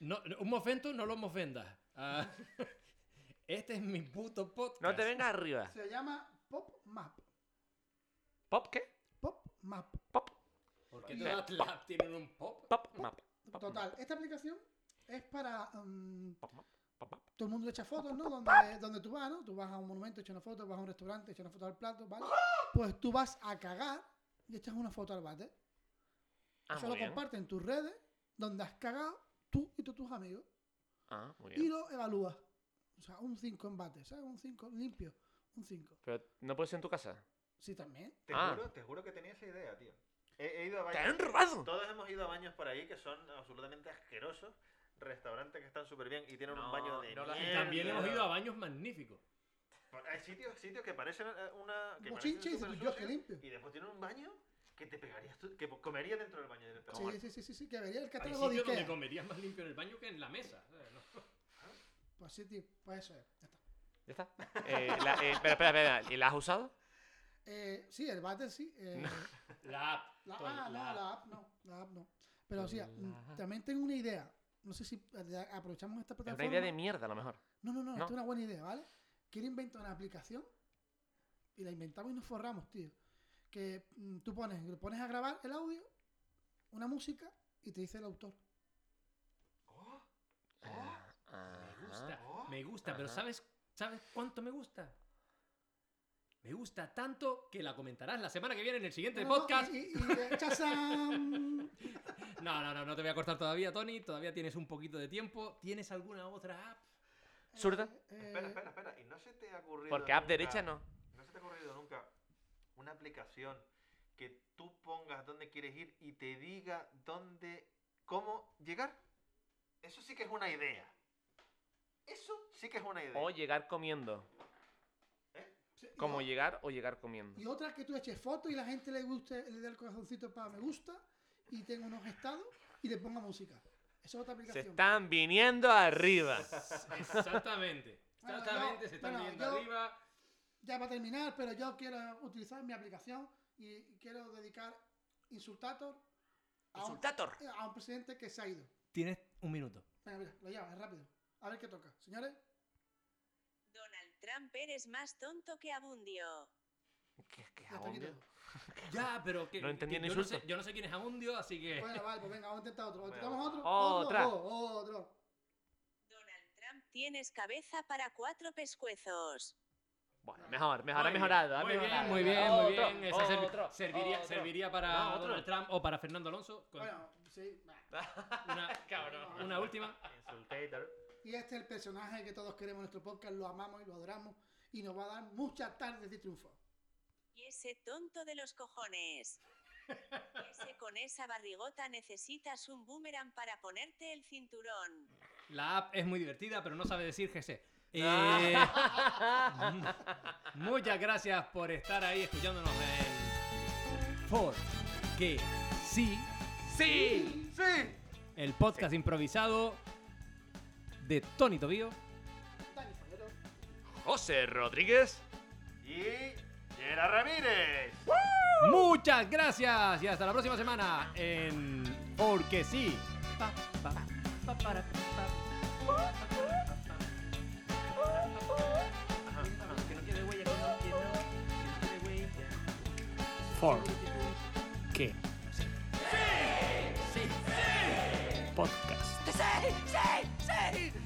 Speaker 2: No, no, un mofento no lo mofendas. Ah, [LAUGHS] este es mi puto podcast.
Speaker 1: No te vengas arriba.
Speaker 3: Se llama Pop Map.
Speaker 1: ¿Pop qué?
Speaker 3: Pop Map.
Speaker 1: Pop.
Speaker 2: Porque
Speaker 1: Sí.
Speaker 2: todas las apps tienen un pop.
Speaker 1: Pop map. Pop map.
Speaker 3: Total, esta aplicación es para. mm,
Speaker 1: Pop map. Pop map.
Speaker 3: todo el mundo le echa fotos, ¿no? Donde, donde tú vas, ¿no? Tú vas a un monumento, echas una foto, vas a un restaurante, echas una foto al plato, ¿vale? Pues tú vas a cagar y echas una foto al bate.
Speaker 1: Ah,
Speaker 3: Eso
Speaker 1: muy
Speaker 3: lo
Speaker 1: bien.
Speaker 3: compartes en tus redes, donde has cagado tú y todos tus amigos.
Speaker 1: Ah, muy
Speaker 3: Y
Speaker 1: bien.
Speaker 3: lo evalúas. O sea, un 5 en bate, ¿sabes? Un 5 limpio. Un 5.
Speaker 1: Pero no puedes ir en tu casa.
Speaker 3: Sí, también.
Speaker 4: Te,
Speaker 1: Ah.
Speaker 4: juro, te juro que tenía esa idea, tío. He, he ido a
Speaker 1: ¡Te
Speaker 4: baños.
Speaker 1: han robado!
Speaker 4: Todos hemos ido a baños por ahí que son absolutamente asquerosos. Restaurantes que están súper bien y tienen
Speaker 1: No,
Speaker 4: un baño de.
Speaker 1: no lo- y
Speaker 2: Y
Speaker 4: mierda.
Speaker 2: también hemos ido a baños magníficos.
Speaker 4: Por- Hay sitios, sitios que parecen eh, una. Que
Speaker 3: Bochinche y dices
Speaker 4: parecen
Speaker 3: tú,
Speaker 4: súper
Speaker 3: yo qué
Speaker 4: sucios,
Speaker 3: limpio.
Speaker 4: Y después tienen un baño que te pegarías tú. Que comerías dentro del baño directamente.
Speaker 3: Sí, sí, sí, sí, sí, que vería el
Speaker 2: Hay
Speaker 3: catálogo de
Speaker 2: sitios donde
Speaker 3: Ikea.
Speaker 2: comerías más limpio en el baño que en la mesa. No. [LAUGHS]
Speaker 3: Pues sí, tío, pues eso es. Ya está.
Speaker 1: Ya está. Eh, la- eh, espera, espera, espera. ¿Y la has usado?
Speaker 3: Eh, sí, el bate sí.
Speaker 1: [LAUGHS]
Speaker 3: eh,
Speaker 2: La app.
Speaker 3: La,
Speaker 2: Tony,
Speaker 3: ah, no,
Speaker 2: app.
Speaker 3: la app no, la app no. Pero o sea, mm, también tengo una idea. No sé si eh, aprovechamos esta
Speaker 1: Es
Speaker 3: plataforma.
Speaker 1: una idea de mierda, a lo mejor.
Speaker 3: No, no, no,
Speaker 1: No.
Speaker 3: esta es una buena idea, ¿vale? Quiero inventar una aplicación y la inventamos y nos forramos, tío. Que mm, tú pones, lo pones a grabar el audio, una música y te dice el autor.
Speaker 1: Ah,
Speaker 2: Me gusta,
Speaker 3: Ah.
Speaker 2: me gusta, pero
Speaker 1: Ajá.
Speaker 2: ¿sabes, ¿sabes cuánto me gusta? Me gusta tanto que la comentarás la semana que viene en el siguiente
Speaker 3: No, no,
Speaker 2: podcast.
Speaker 3: Y, y- y, eh, ¡chazam!
Speaker 2: No, no, no, no te voy a cortar todavía, Tony. Todavía tienes un poquito de tiempo. ¿Tienes alguna otra
Speaker 3: [LAUGHS]
Speaker 2: app?
Speaker 1: [LAUGHS] ¿Zurda?
Speaker 3: Eh, eh,
Speaker 4: Espera, espera, espera. ¿Y no se te ha ocurrido.
Speaker 1: Porque app
Speaker 4: nunca-
Speaker 1: derecha no.
Speaker 4: ¿No se te ha ocurrido nunca una aplicación que tú pongas dónde quieres ir y te diga dónde, cómo llegar? Eso sí que es una idea. Eso sí que es una idea.
Speaker 1: O llegar comiendo.
Speaker 3: sí, y
Speaker 1: Como
Speaker 3: o-
Speaker 1: llegar o llegar
Speaker 3: Y
Speaker 1: comiendo.
Speaker 3: otra que tú eches fotos y la gente le guste, le dé el corazoncito para me gusta y tenga unos estados y le ponga música. Eso es otra
Speaker 1: Se
Speaker 3: aplicación.
Speaker 1: están viniendo arriba.
Speaker 2: Exactamente.
Speaker 3: Bueno,
Speaker 2: Exactamente,
Speaker 3: yo-
Speaker 2: se están
Speaker 3: bueno,
Speaker 2: viendo
Speaker 3: yo-
Speaker 2: arriba.
Speaker 3: Ya para terminar, pero yo quiero utilizar mi aplicación y quiero dedicar insultator a un,
Speaker 1: Insultator.
Speaker 3: a un presidente que se ha ido.
Speaker 2: Tienes un minuto.
Speaker 3: Venga, mira, lo llamas, rápido. A ver qué toca. Señores,
Speaker 7: Donald Trump eres más tonto que Abundio.
Speaker 1: ¿Qué, qué
Speaker 3: ya está aquí
Speaker 1: agobio.
Speaker 3: todo.
Speaker 2: Ya, pero que.
Speaker 1: No entendí
Speaker 2: que
Speaker 1: el
Speaker 2: yo, no
Speaker 1: insulto.
Speaker 2: sé, yo no sé quién es Amundio, así que.
Speaker 3: Bueno, vale, pues venga, vamos a intentar otro.
Speaker 4: Bueno.
Speaker 3: ¿Tocamos otro?
Speaker 1: Otra.
Speaker 3: Otro, o- otro.
Speaker 7: Donald Trump tienes cabeza para cuatro pescuezos.
Speaker 1: Bueno, mejor, mejor, ha
Speaker 2: Muy bien,
Speaker 1: mejorado. ha
Speaker 2: Muy bien,
Speaker 1: mejorado.
Speaker 2: muy bien, muy
Speaker 1: Otro,
Speaker 2: bien. Ese servi-
Speaker 1: otro,
Speaker 2: serviría,
Speaker 1: otro.
Speaker 2: serviría para
Speaker 1: No, otro.
Speaker 2: Donald Trump o para Fernando Alonso. Con
Speaker 3: Bueno, sí. va.
Speaker 2: una,
Speaker 1: Cabrón.
Speaker 2: una última.
Speaker 4: Insultator.
Speaker 3: Y este es el personaje que todos queremos en nuestro podcast, lo amamos y lo adoramos y nos va a dar muchas tardes de triunfo.
Speaker 7: Y ese tonto de los cojones. Y ese con esa barrigota necesitas un boomerang para ponerte el cinturón.
Speaker 2: La app es muy divertida, pero no sabe decir GC. Eh,
Speaker 1: Ah.
Speaker 2: [LAUGHS] muchas gracias por estar ahí escuchándonos en For que sí,
Speaker 1: ¡Sí!
Speaker 4: ¡Sí!
Speaker 2: el podcast improvisado de Tony Tobío.
Speaker 3: Dani Follero.
Speaker 1: José Rodríguez.
Speaker 4: Y. Yera Ramírez.
Speaker 2: Muchas gracias y hasta la próxima semana en Porque sí. Pa, pa, pa, para, pa.
Speaker 5: Que no quede huella, que no, que no, que no quede huella.
Speaker 2: For que
Speaker 5: Sí, sí.
Speaker 2: podcast.
Speaker 5: Sí, sí, sí.